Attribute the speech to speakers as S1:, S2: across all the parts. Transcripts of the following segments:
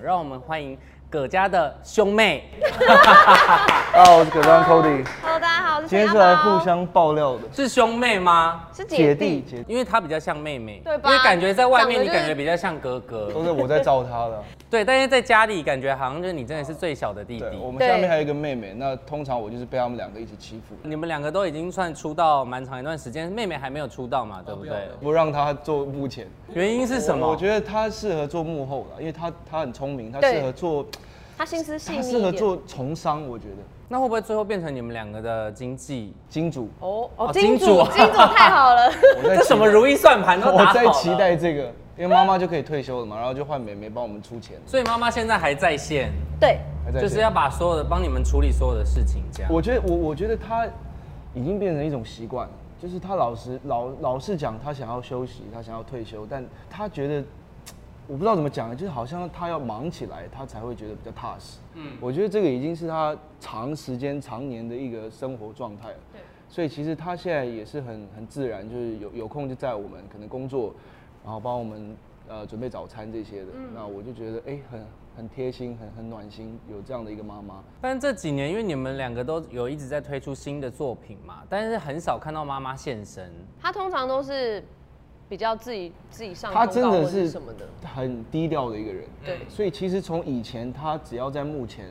S1: 让我们欢迎葛家的兄妹。
S2: 啊，我是葛章 Cody，
S3: Hello，大家好，我是
S2: 今天
S3: 陈
S2: 是
S3: 阿
S2: 来
S3: 猫
S2: 互相爆料的，
S1: 是兄妹吗？
S3: 是姐弟，
S2: 姐弟，
S1: 因为她比较像妹妹，
S3: 对吧
S1: 因为感觉在外面你
S3: 长得就是
S1: 感觉比较像哥哥，
S2: 都是我在照他的。
S1: 对，但是在家里感觉好像就是你真的是最小的弟
S2: 对，我
S1: 弟。
S2: 们
S3: 对
S2: 下面还有一个妹妹，那通常我就是被他们两个一起欺负，
S1: 你们两个都已经算出道蛮长一段时间，妹妹还没有出道嘛，对不对？
S2: 哦不让她做幕前。
S1: 原因是什么？
S2: 我觉得她适合做幕后啦，因为她她很聪明，她
S3: 对
S2: 适合做，
S3: 他心思细腻
S2: 她
S3: 一点，
S2: 适合做从商，我觉得。
S1: 那会不会最后变成你们两个的经济？
S2: 金主，
S3: 哦
S1: 哦
S3: 哦，金
S1: 金主
S3: 主
S1: 啊
S3: 金主太 好了，
S2: 我 在
S1: 这什么
S2: 期
S1: 如意算盘
S2: 待？
S1: 都
S2: 我
S1: 打好
S2: 在
S1: 了
S2: 期。待这个，因为妈妈就可以退休了嘛，然后就换妹妹帮我们出钱，
S1: 所以妈妈现在还在线，
S3: 对，
S2: 还在
S1: 就
S2: 线
S1: 是要把所有的帮你们处理所有的事情，这样。
S2: 我觉得我我觉得他已经变成一种习惯，就是他老实老老是讲他想要休息，他想要退休，但他觉得我不知道怎么讲，就是好像他要忙起来，他才会觉得比较踏实。嗯，我觉得这个已经是他长时间常年的一个生活状态了。对，所以其实他现在也是很很自然，就是有有空就在我们可能工作，然后帮我们呃准备早餐这些的。那我就觉得哎、很很贴心，很很暖心，有这样的一个妈妈。
S1: 但这几年，因为你们两个都有一直在推出新的作品嘛，但是很少看到妈妈现身。
S3: 他通常都是比较自己自己上
S2: 他
S3: 通
S2: 真
S3: 告
S2: 的
S3: 或者
S2: 是
S3: 什么的，
S2: 很低调的一个人。
S3: 对
S2: 所以其实从以前他只要在幕前，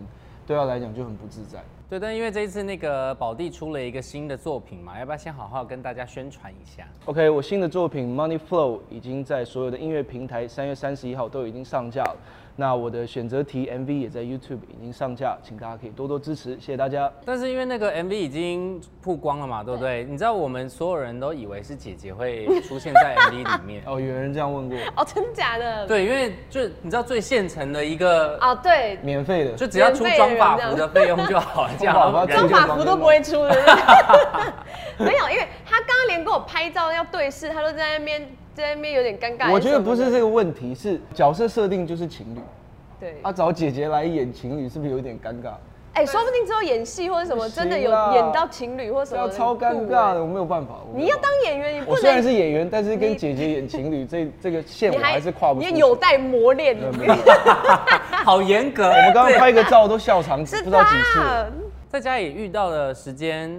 S2: 对他来讲就很不自在。
S1: 对，但因为这一次那个宝弟出了一个新的作品嘛，要不要先好好跟大家宣传一下？
S2: OK，我新的作品《Money Flow》已经在所有的音乐平台三月三十一号都已经上架了。那我的选择题 MV 也在 YouTube 已经上架，请大家可以多多支持，谢谢大家。
S1: 但是因为那个 MV 已经曝光了嘛，对不对？你知道我们所有人都以为是姐姐会出现在 MV 里 面，
S2: 哦，有人这样 问过，
S3: 哦，真假的，
S1: 对，因为就你知道最现成的一
S2: 啊
S1: 个，
S3: 哦对，
S2: 免费的，
S1: 就只要出装法服的费用就好了，这样
S2: 装
S1: 然后
S2: 法服
S3: 装
S1: 人就
S3: 法服都不会出的， 没有，因为他刚刚连跟我拍照要对视，他都在那边在那边有点尴尬，
S2: 我觉得不是这个问题，是角色设定就是情侣，
S3: 对，
S2: 啊，找姐姐来演情侣是不是有点尴尬？
S3: 哎，说不定之后演戏或者什么，真的有
S2: 不行啦
S3: 演到情侣或什
S2: 这
S3: 么
S2: 样
S3: 的，
S2: 超尴
S3: 很酷
S2: 尬的，
S3: 哎
S2: 我没有办法。我没有
S3: 你要
S2: 办法
S3: 当演员，你不
S2: 我
S3: 能
S2: 虽然是演员，但是跟姐姐演情侣这这个线
S3: 你
S2: 我还是跨不出去。
S3: 你有待磨练。
S2: 没有没
S3: 你
S2: 有
S1: 好严格。
S2: 我们刚刚
S1: 对
S2: 拍个照都笑场，不
S3: 是
S2: 知道几次了，
S1: 在
S3: 他，
S1: 家里遇到的时间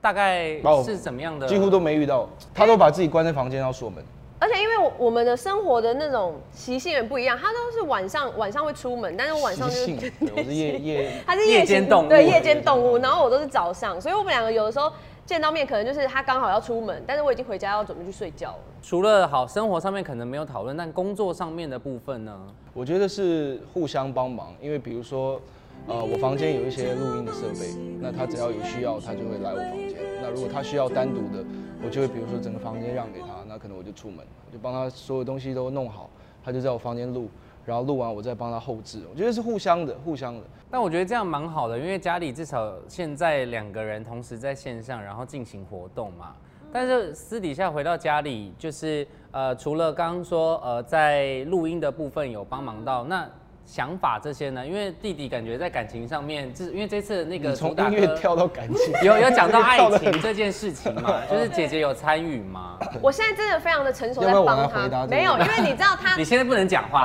S1: 大概
S2: 哦
S1: 是怎么样的？
S2: 几乎都没遇到。他都把自己关在房间，然后锁门。
S3: 而且因为我我们的生活的那种习性也不一样，他都是晚上晚上会出门，但是我晚上就
S2: 习性
S3: 是
S2: 对我是夜夜。
S3: 他是夜
S1: 夜间
S3: 行
S1: 动物
S3: 对夜间动物，然后我都是早上，所以我们两个有的时候见到面，可能就是他刚好要出门，但是我已经回家要准备去睡觉了。
S1: 除了好生活上面可能没有讨论，但工作上面的部分呢？
S2: 我觉得是互相帮忙，因为比如说，呃，我房间有一些录音的设备，那他只要有需要，他就会来我房间。那如果他需要单独的，我就会比如说整个房间让给他，那可能我就出门，我就帮他所有东西都弄好，他就在我房间录，然后录完我再帮他后置。我觉得是互相的，互相的。
S1: 但我觉得这样蛮好的，因为家里至少现在两个人同时在线上，然后进行活动嘛。但是私底下回到家里，就是呃，除了刚刚说呃在录音的部分有帮忙到，那想法这些呢？因为弟弟感觉在感情上面，就是因为这次那个
S2: 你从
S1: 主打
S2: 音乐
S1: 歌
S2: 跳到感情，
S1: 有有讲到
S2: 跳
S1: 爱
S2: 得
S1: 情
S2: 很
S1: 这件事情嘛，就是姐姐有参与吗？
S3: 我现在真的非常的成熟，在
S2: 要不然我
S3: 帮
S2: 来回答
S3: 他。
S2: 这个
S3: 没有，因为你知道 他
S1: 你现在不能讲话，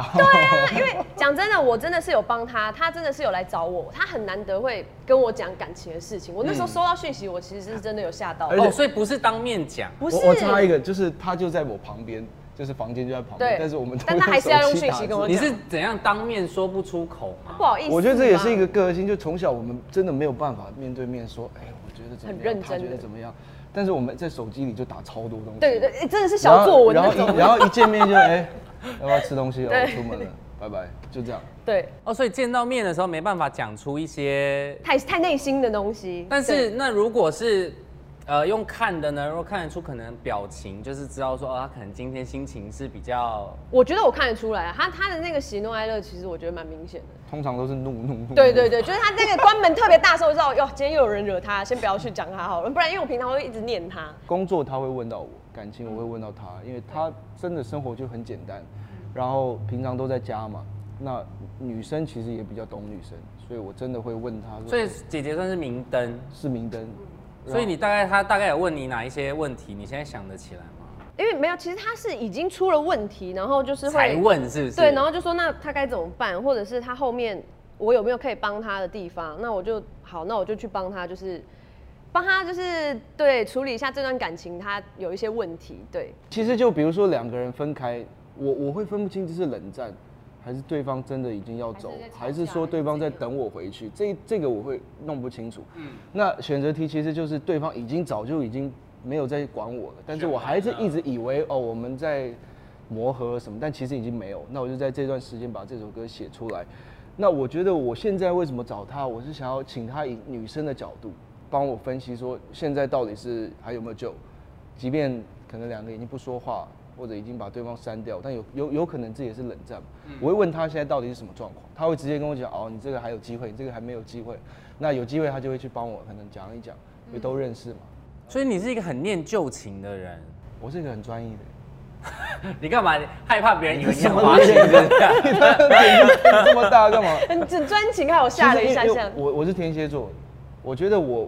S3: 因为讲真的，我真的是有帮他，他真的是有来找我，他很难得会跟我讲感情的事情。我那时候收到讯息，我其实是真的有吓到
S2: 嗯而，且
S1: 哦，所以不是当面讲，
S3: 不是
S2: 我我插一个，就是他就在我旁边，就是房间就在旁边
S3: 对，
S2: 但是我们都
S3: 但他还是要用讯息跟
S2: 我。
S3: 我
S1: 你
S3: 讲，
S1: 是怎样当面说不出口吗？
S3: 不好意思，
S2: 我觉得这也是一
S3: 个。
S2: 个个性，就从小我们真的没有办法面对面说，哎，我觉得怎么样，
S3: 很认
S2: 他
S3: 真
S2: 觉得
S3: 的
S2: 怎么样，但是我们在手机里就打超多东西，
S3: 对对，对，真的是
S2: 然
S3: 小
S2: 后
S3: 作文
S2: 然
S3: 那
S2: 后
S3: 种
S2: 一。然后一见面就 哎，要不要吃东西哦？
S3: 对
S2: 我出门了，拜拜，就这样。
S3: 对，
S1: 哦，所以见到面的时候没办法讲出一些，
S3: 太太内心的东西。
S1: 但是
S3: 对
S1: 那如果是。呃，用看的呢，如果看得出可能表情，就是知道说，哦，他可能今天心情是比较，
S3: 我觉得我看得出来，啊他他的那个喜怒哀乐，其实我觉得蛮明显的。
S2: 通常都是怒怒怒。
S3: 对
S2: 怒
S3: 对对，就是他那个关门特别大的时候，我知道哟，今天又有人惹他，先不要去讲他好了，不然因为我平常会一直念他。
S2: 工作他会问到我，感情我会问到他，
S1: 嗯
S2: 因为他真的生活就很简单，然后平常都在家嘛。那女生其实也比较懂女生，所以我真的会问他
S3: 嗯
S2: 说，
S1: 所以姐姐算是明灯，
S2: 是明灯，
S1: 所以你大概他大概有问你哪一些问题，你现在想得起来吗？
S3: 因为没有，其实他是已经出了问题，然后就是
S1: 才
S3: 会
S1: 问是不是？
S3: 对，然后就说那他该怎么办，或者是他后面我有没有可以帮他的地方？那我就好，那我就去帮他，就是帮他就是对处理一下这段感情，他有一些问题，对，
S2: 其实就比如说两个人分开，我我会分不清这是冷战，还是对方真的已经要走，还是说对方在等我回去？这这个我会弄不清楚。嗯，那选择题其实就是对方已经早就已经没有在管我了，但是我还是一直以为哦我们在磨合什么，但其实已经没有。那我就在这段时间把这首歌写出来。那我觉得我现在为什么找他，我是想要请他以女生的角度帮我分析，说现在到底是还有没有救？即便可能两个已经不说话，或者已经把对方删掉，但有有有可能这也是冷战。我会问他现在到底是什么状况，他会直接跟我讲哦，你这个还有机会，你这个还没有机会。那有机会他就会去帮我可能讲一讲，因为都认识嘛。
S1: 所以你是一个很念旧情的人，
S2: 我是一个很专一的
S1: 你干嘛害怕别人以为你很
S2: 么
S1: 花 心？是不是
S2: 人，这么大干嘛？
S3: 很很专情，啊害我吓了一下
S2: 其实因
S3: 下
S2: 为。我我是天蝎座，我觉得我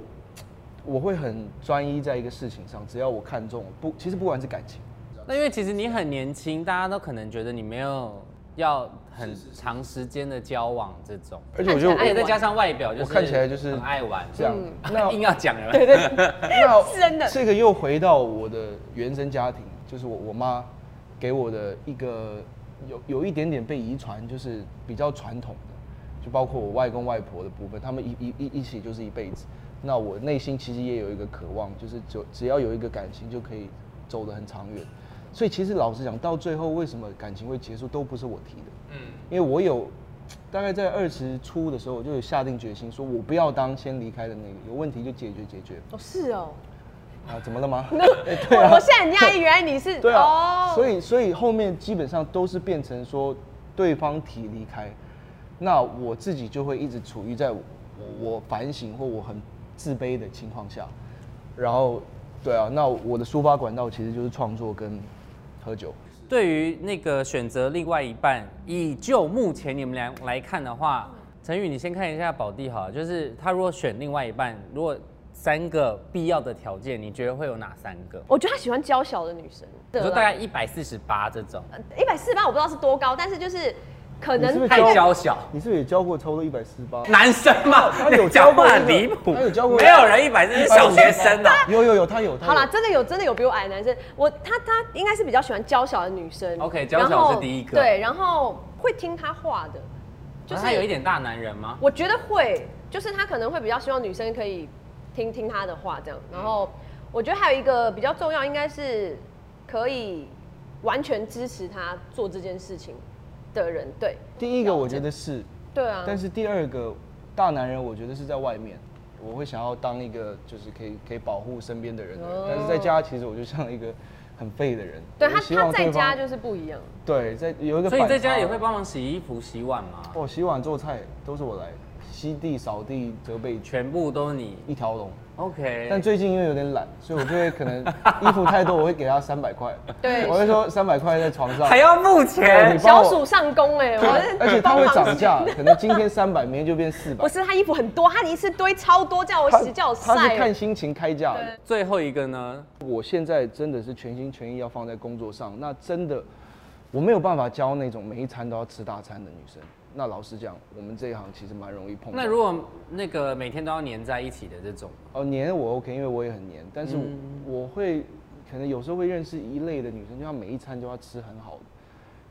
S2: 我会很专一在一个事情上，只要我看中，不，其实不管是感情，
S1: 那因为其实你很年轻，大家都可能觉得你没有要很长时间的交往这种，
S2: 而且我觉得
S3: 看起来
S1: 而且
S3: 爱
S2: 我
S1: 再加上外表，就是
S2: 我看起来就是
S1: 很爱玩，
S2: 这样， 那
S1: 硬要讲了。
S3: 对对，对
S2: 那
S3: 真的
S2: 这个又回到我的原生家庭，就是我我妈给我的一个有有一点点被遗传，就是比较传统的，就包括我外公外婆的部分，他们一一一一起就是一辈子。那我内心其实也有一个渴望，就是就只要有一个感情就可以走得很长远。所以其实老实讲，到最后为什么感情会结束，都不是我提的。因为我有大概在二十出的时候，我就有下定决心，说我不要当先离开的那个，有问题就解决解决。
S3: 哦 是哦，
S2: 啊，怎么了吗？
S3: 我我现在很讶异，原来你是
S2: 啊对啊，
S3: 哦
S2: 所以所以后面基本上都是变成说对方提离开，那我自己就会一直处于在我我反省或我很自卑的情况下，然后对啊，那我的抒发管道其实就是创作跟喝酒。
S1: 对于那个选择另外一半，以就目前你们俩来看的话，陈宇，你先看一下宝弟好了，就是他如果选另外一半，如果三个必要的条件，你觉得会有哪三个？
S3: 我觉得他喜欢娇小的女生，
S1: 你
S3: 对呃
S1: 说大概一百四十八这种，
S3: 一百四十八，148我不知道是多高，但是就是可
S2: 你是不
S3: 能
S2: 是
S3: 大
S1: 太
S3: 概
S1: 娇小，
S2: 你是不是也教过超过一百四十八？
S1: 男生嘛，
S2: 他有
S1: 讲
S2: 教过
S1: 话
S2: 那个
S1: 很离谱，
S2: 他有教过
S1: 没有人一百四是小学生哦的。
S2: 啊有有有，他有他
S1: 嗯
S2: 有。
S3: 好啦，真的有真的有比我矮的男生，我他他应该是比较喜欢娇小的女生。
S1: OK，娇小
S3: 然后
S1: 是第一个
S3: 对，然后会听他话的，
S1: 就是他有一点大男人吗？
S3: 我觉得会，就是他可能会比较希望女生可以听听他的话这样。
S1: 嗯
S3: 然后我觉得还有一个比较重要，应该是可以完全支持他做这件事情的人。对，
S2: 第一个我觉得是，
S3: 对啊，
S2: 但是第二个大男人，我觉得是在外面，我会想要当一个就是可以可以保护身边的人的人
S3: 哦
S2: 但是在家其实我就像一个很废的人。
S3: 对
S2: 我
S3: 他
S2: 希
S3: 他
S2: 望
S3: 在
S2: 对方
S3: 家就是不一样。
S2: 对，在有一个
S1: 所以你
S2: 反
S1: 在家
S2: 差
S1: 也会帮忙洗衣服、洗碗吗？
S2: 我洗碗做菜都是我来，吸地扫地折被全
S1: 全部都你
S2: 一条龙。
S1: OK？
S2: 但最近因为有点懒，所以我就会可能衣服太多，我会给他三百块。
S3: 对
S2: 我会说三百块在床上。
S1: 还要付
S2: 哎
S1: 钱
S2: 你，帮
S3: 小
S2: 我
S3: 鼠上弓哎、
S2: 对
S3: 我是
S2: 而且它
S3: 帮
S2: 会
S3: 忙
S2: 涨价，可能今天三百，明天就变四百
S3: 不。是，他衣服很多，他一次堆超多，叫我
S2: 他
S3: 洗，叫我晒。
S2: 他是看心情开价的
S3: 对。
S1: 最后一个呢？
S2: 我现在真的是全心全意要放在工作上，那真的我没有办法教那种每一餐都要吃大餐的女生。那老实讲，我们这一行其实蛮容易碰到。
S1: 那如果那个每天都要黏在一起的这种，
S2: 哦黏我 OK，因为我也很黏，但是我,、
S1: 嗯
S2: 会可能有时候会认识一类的女生，就她每一餐就要吃很好的，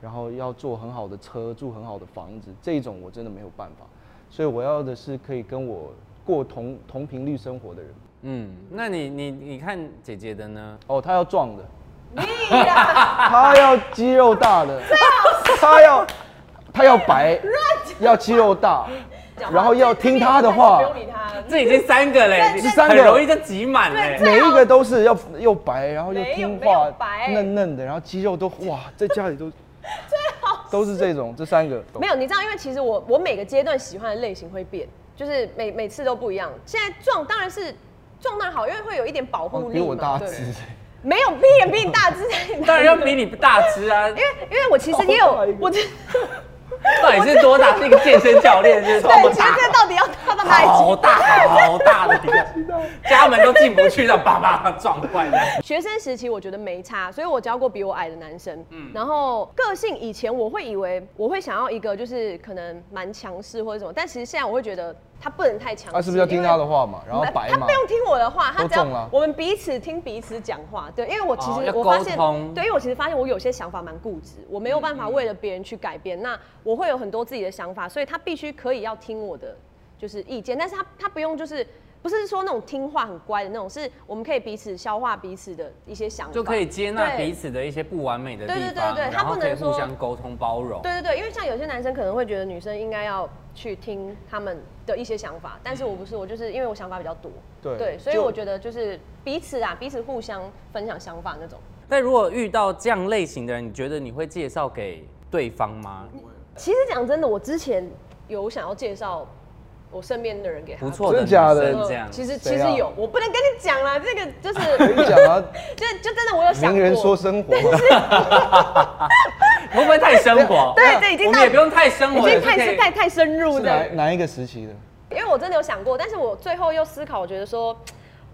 S2: 然后要坐很好的车，住很好的房子，这种我真的没有办法。所以我要的是可以跟我过同同频率生活的人。
S1: 嗯，那你你你看姐姐的呢？
S2: 哦，她要壮的，
S3: 你呀，
S2: 他要肌肉大的，他要他要白，要肌肉大，然后要听他的话
S3: 不，用理他。
S1: 这已经三个嘞，
S2: 是三个
S1: 很容易就挤满嘞。
S2: 每一个都是要又白，然后又听
S3: 没有没
S2: 话
S3: 有白，
S2: 嫩嫩的，然后肌肉都哇，在家里都都是这种，这三个
S3: 没有，你知道，因为其实我我每个阶段喜欢的类型会变，就是每每次都不一样。现在壮当然是壮当然好，因为会有一点保护
S2: 哦
S3: 力嘛。
S2: 比我大
S3: 对
S2: 只，
S3: 没有，比也比你大只。
S1: 当然要比你大只啊！
S3: 因为因为我其实也有
S2: 好大一个
S3: 我这，
S1: 到底是多大？是一个健身教练，就是
S3: 对，
S1: 多
S3: 其实
S1: 大？
S3: 这到底要他到哪里去？
S1: 好大好大的一个家门都进不去，让爸爸撞坏的。
S3: 学生时期我觉得没差，所以我教过比我矮的男生。
S2: 嗯
S3: 然后个性以前我会以为我会想要一个就是可能蛮强势或者什么，但其实现在我会觉得他不能太强势。
S2: 啊，是不是要听他的
S3: 话？
S2: 话嘛？然后白
S3: 他
S2: 嘛
S3: 不？用听我的话，他
S2: 都
S3: 只要
S2: 中了
S3: 我们彼此听彼此讲话。对，因为我其
S1: 哦
S3: 实
S1: 要
S3: 我发现，
S1: 沟通
S3: 对，因为我其实发现我有些想法蛮固执，我没有办法为了别人去改变。那我会有很多自己的想法，所以他必须可以要听我的就是意见，但是他他不用就是。不是说那种听话很乖的那种，是我们可以彼此消化彼此的一些想法，
S1: 就可以接纳
S3: 对
S1: 彼此的一些不完美的地
S3: 对对对
S1: 方，
S3: 对对
S1: 然后
S3: 他不
S1: 可以
S3: 能
S1: 互
S3: 说
S1: 相沟通包容。
S3: 对对对，因为像有些男生可能会觉得女生应该要去听他们的一些想法，但是我不是，我就是因为我想法比较多，
S2: 对
S3: 所以
S2: 就
S3: 我觉得就是彼此啊，彼此互相分享想法那种。
S1: 但如果遇到这样类型的人，你觉得你会介绍给对方吗？
S3: 其实讲真的，我之前有想要介绍我身边的人给他，呃
S1: 不错的女
S2: 真的假的
S1: 生这样，
S3: 其实其
S2: 谁
S3: 实
S2: 啊
S3: 有，我不能跟你讲啦，这个就 是
S2: 你讲啊，
S3: 就就真 的我有想
S2: 名人
S3: 过
S2: 说，生 活嘛，
S1: 会不会太生活？
S3: 对对已经
S1: 我
S3: 到
S1: 们也不用太生
S3: 已
S1: 活，
S3: 经
S1: 也是
S3: 太
S1: 可
S3: 是
S1: 以啊
S3: 太太深入
S2: 是
S3: 的
S2: 哪。哪一个时期的？
S3: 因为我真的有想过，但是我最后又思考，我觉得说，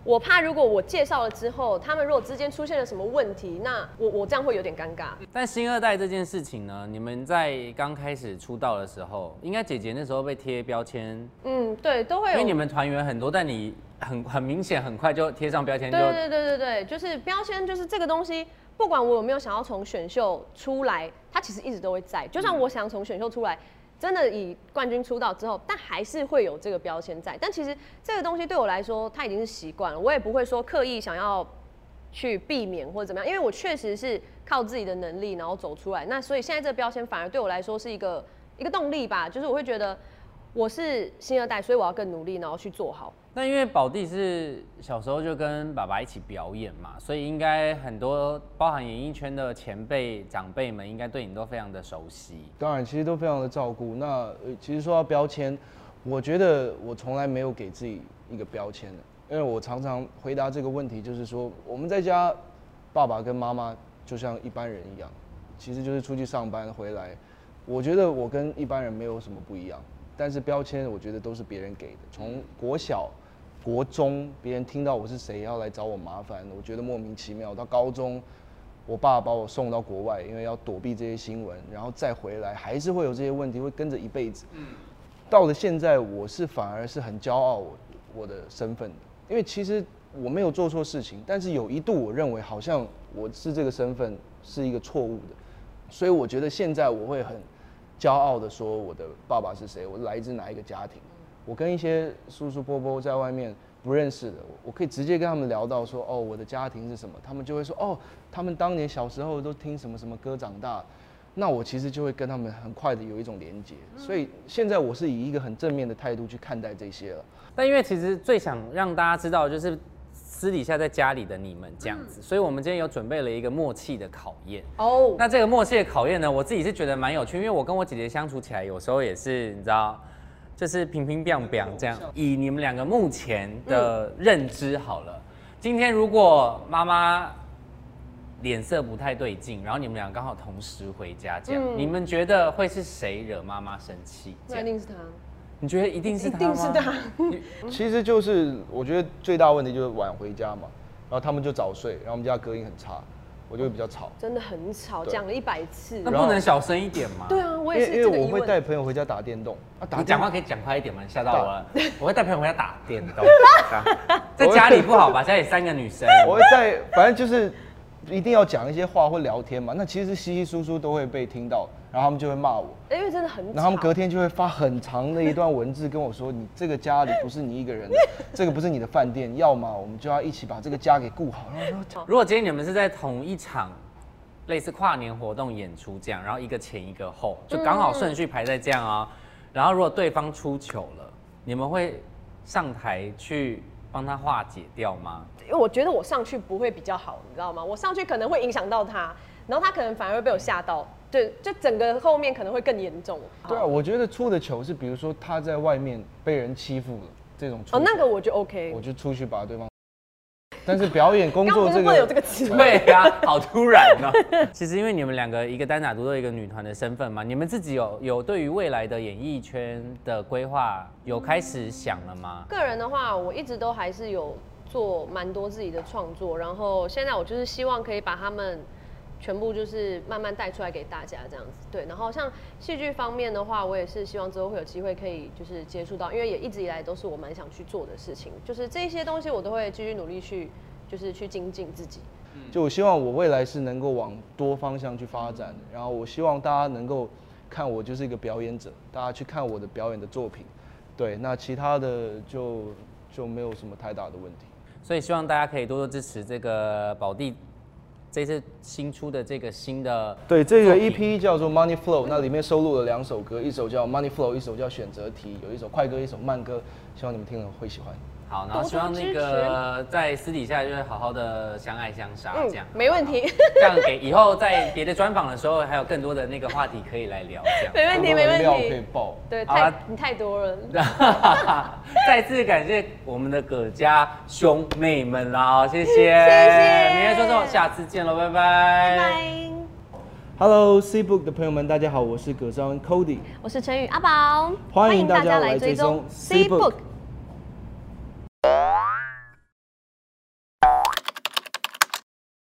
S3: 我怕如果我介绍了之后，他们如果之间出现了什么问题，那我我这样会有点尴尬。
S1: 但新二代这件事情呢，你们在刚开始出道的时候，应该姐姐那时候被贴标签，
S3: 嗯，对，都会
S1: 因为
S3: 有
S1: 你。们团员很多，但你很很明显很快就贴上标签，就
S3: 对对对对对，就是标签，就是这个东西，不管我有没有想要从选秀出来，它其实一直都会在。就算我想从选秀出来，真的以冠军出道之后，但还是会有这个标签在。但其实这个东西对我来说，它已经是习惯了，我也不会说刻意想要去避免或者怎么样，因为我确实是靠自己的能力然后走出来。那所以现在这个标签反而对我来说是一个一个动力吧，就是我会觉得我是新二代，所以我要更努力，然后去做好。
S1: 那因为宝弟是小时候就跟爸爸一起表演嘛，所以应该很多包含演艺圈的前辈长辈们，应该对你都非常的熟悉。
S2: 当然，其实都非常的照顾。那呃其实说到标签，我觉得我从来没有给自己一个标签的，因为我常常回答这个问题，就是说我们在家，爸爸跟妈妈就像一般人一样，其实就是出去上班回来。我觉得我跟一般人没有什么不一样，但是标签我觉得都是别人给的，从国小。国中别人听到我是谁要来找我麻烦，我觉得莫名其妙。到高中，我爸把我送到国外，因为要躲避这些新闻，然后再回来还是会有这些问题，会跟着一辈子。到了现在，我是反而是很骄傲我我的身份的，因为其实我没有做错事情，但是有一度我认为好像我是这个身份是一个错误的，所以我觉得现在我会很骄傲的说我的爸爸是谁，我来自哪一个家庭，我跟一些叔叔伯伯在外面不认识的，我我可以直接跟他们聊到说哦我的家庭是什么，他们就会说哦他们当年小时候都听什么什么歌长大，那我其实就会跟他们很快的有一种连接，
S3: 嗯
S2: 所以现在我是以一个很正面的态度去看待这些了。
S1: 但因为其实最想让大家知道的就是私底下在家里的你们这样子，所以我们今天有准备了一个默契的考验。
S3: 哦、
S1: 那这个默契的考验呢，我自己是觉得蛮有趣，因为我跟我姐姐相处起来，有时候也是你知道，就是平平平平这样。以你们两个目前
S3: 嗯
S1: 的认知好了，今天如果妈妈脸色不太对劲，然后你们俩刚好同时回家这样，
S3: 嗯
S1: 你们觉得会是谁惹妈妈生气？这
S3: 那一
S1: 样
S3: 定是他。
S1: 你觉得一定是
S3: 一
S1: 他
S3: 定是
S1: 吗
S3: 他。嗯
S2: 其实就是我觉得最大问题就是晚回家嘛，然后他们就早睡，然后我们家隔音很差，我就会比较吵。
S3: 真的很吵，
S2: 对
S3: 讲了一百次
S1: 那。不能小声一点吗？
S3: 对啊，我
S2: 因
S3: 也
S2: 为
S3: 是
S2: 因
S3: 这个
S2: 为我
S3: 疑
S2: 会带
S3: 问。
S2: 朋友回家打电动啊，打
S1: 你
S2: 电
S1: 讲话可以讲快一点吗？你吓到我了。我会带朋友回家打电 动，在家里不好吧？家里三个女生，
S2: 我会带，反正就是一定要讲一些话或聊天嘛。那其实稀稀疏疏都会被听到，然后他们就会骂我，
S3: 因为真的很吵。
S2: 然后他们隔天就会发很长的一段文字跟我说：“你这个家里不是你一个人 的，这个不是你的饭店，要么我们就要一起把这个家给顾好。”然后我说
S1: 如果今天你们是在同一场类似跨年活动演出这样，然后一个前一个后，就刚好顺序排在这样啊、然后如果对方出糗了，你们会上台去帮他化解掉吗？
S3: 因为我觉得我上去不会比较好，你知道吗？我上去可能会影响到他，然后他可能反而会被我吓到，对，就整个后面可能会更严重。
S2: 对啊，我觉得出的糗是，比如说他在外面被人欺负了这种出
S3: 哦，
S2: 糗
S3: 那个我就 OK
S2: 我。就出去把对方但是表演工
S3: 刚
S2: 作
S3: 不
S2: 这
S3: 是不能有这
S2: 个，
S3: 个词吗？
S4: 对
S1: 啊
S4: 呀、好突然哦、
S1: 其实因为你们两个一个单打独斗，一个女团的身份嘛，你们自己有有对于未来的演艺圈的规划有开始想了吗？
S3: 个人的话，我一直都还是有做蛮多自己的创作，然后现在我就是希望可以把他们全部就是慢慢带出来给大家这样子。对，然后像戏剧方面的话，我也是希望之后会有机会可以就是接触到，因为也一直以来都是我蛮想去做的事情，就是这些东西我都会继续努力去就是去精进自己。
S2: 就我希望我未来是能够往多方向去发展，然后我希望大家能够看我就是一个表演者，大家去看我的表演的作品，对，那其他的就就没有什么太大的问题。
S1: 所以希望大家可以多多支持这个宝弟这次新出的这个新的
S2: 对，这个
S1: 作品
S2: EP 叫做 Money Flow，那里面收录了两首歌，一首叫 Money Flow，一首叫选择题，有一首快歌，一首慢歌，希望你们听了会喜欢。
S1: 好，然后希望那个在私底下就是好好的相爱相杀这样，
S3: 嗯没问题，
S1: 这样给以后在别的专访的时候还有更多的那个话题可以来聊这样。
S3: 没问题，没问
S2: 料可以
S3: 题。
S2: 爆。
S3: 对，
S1: 好啦啊
S3: 太你太多了。
S1: 再次感谢我们的葛家兄妹们啦，谢谢，谢
S3: 谢
S1: 明天说说，下次见喽，拜拜，拜。
S3: 拜拜，
S2: Hello C Book 的朋友们，大家好，我是葛章 Cody，
S3: 我是陈宇阿宝，
S2: 欢迎大家来追踪 C Book。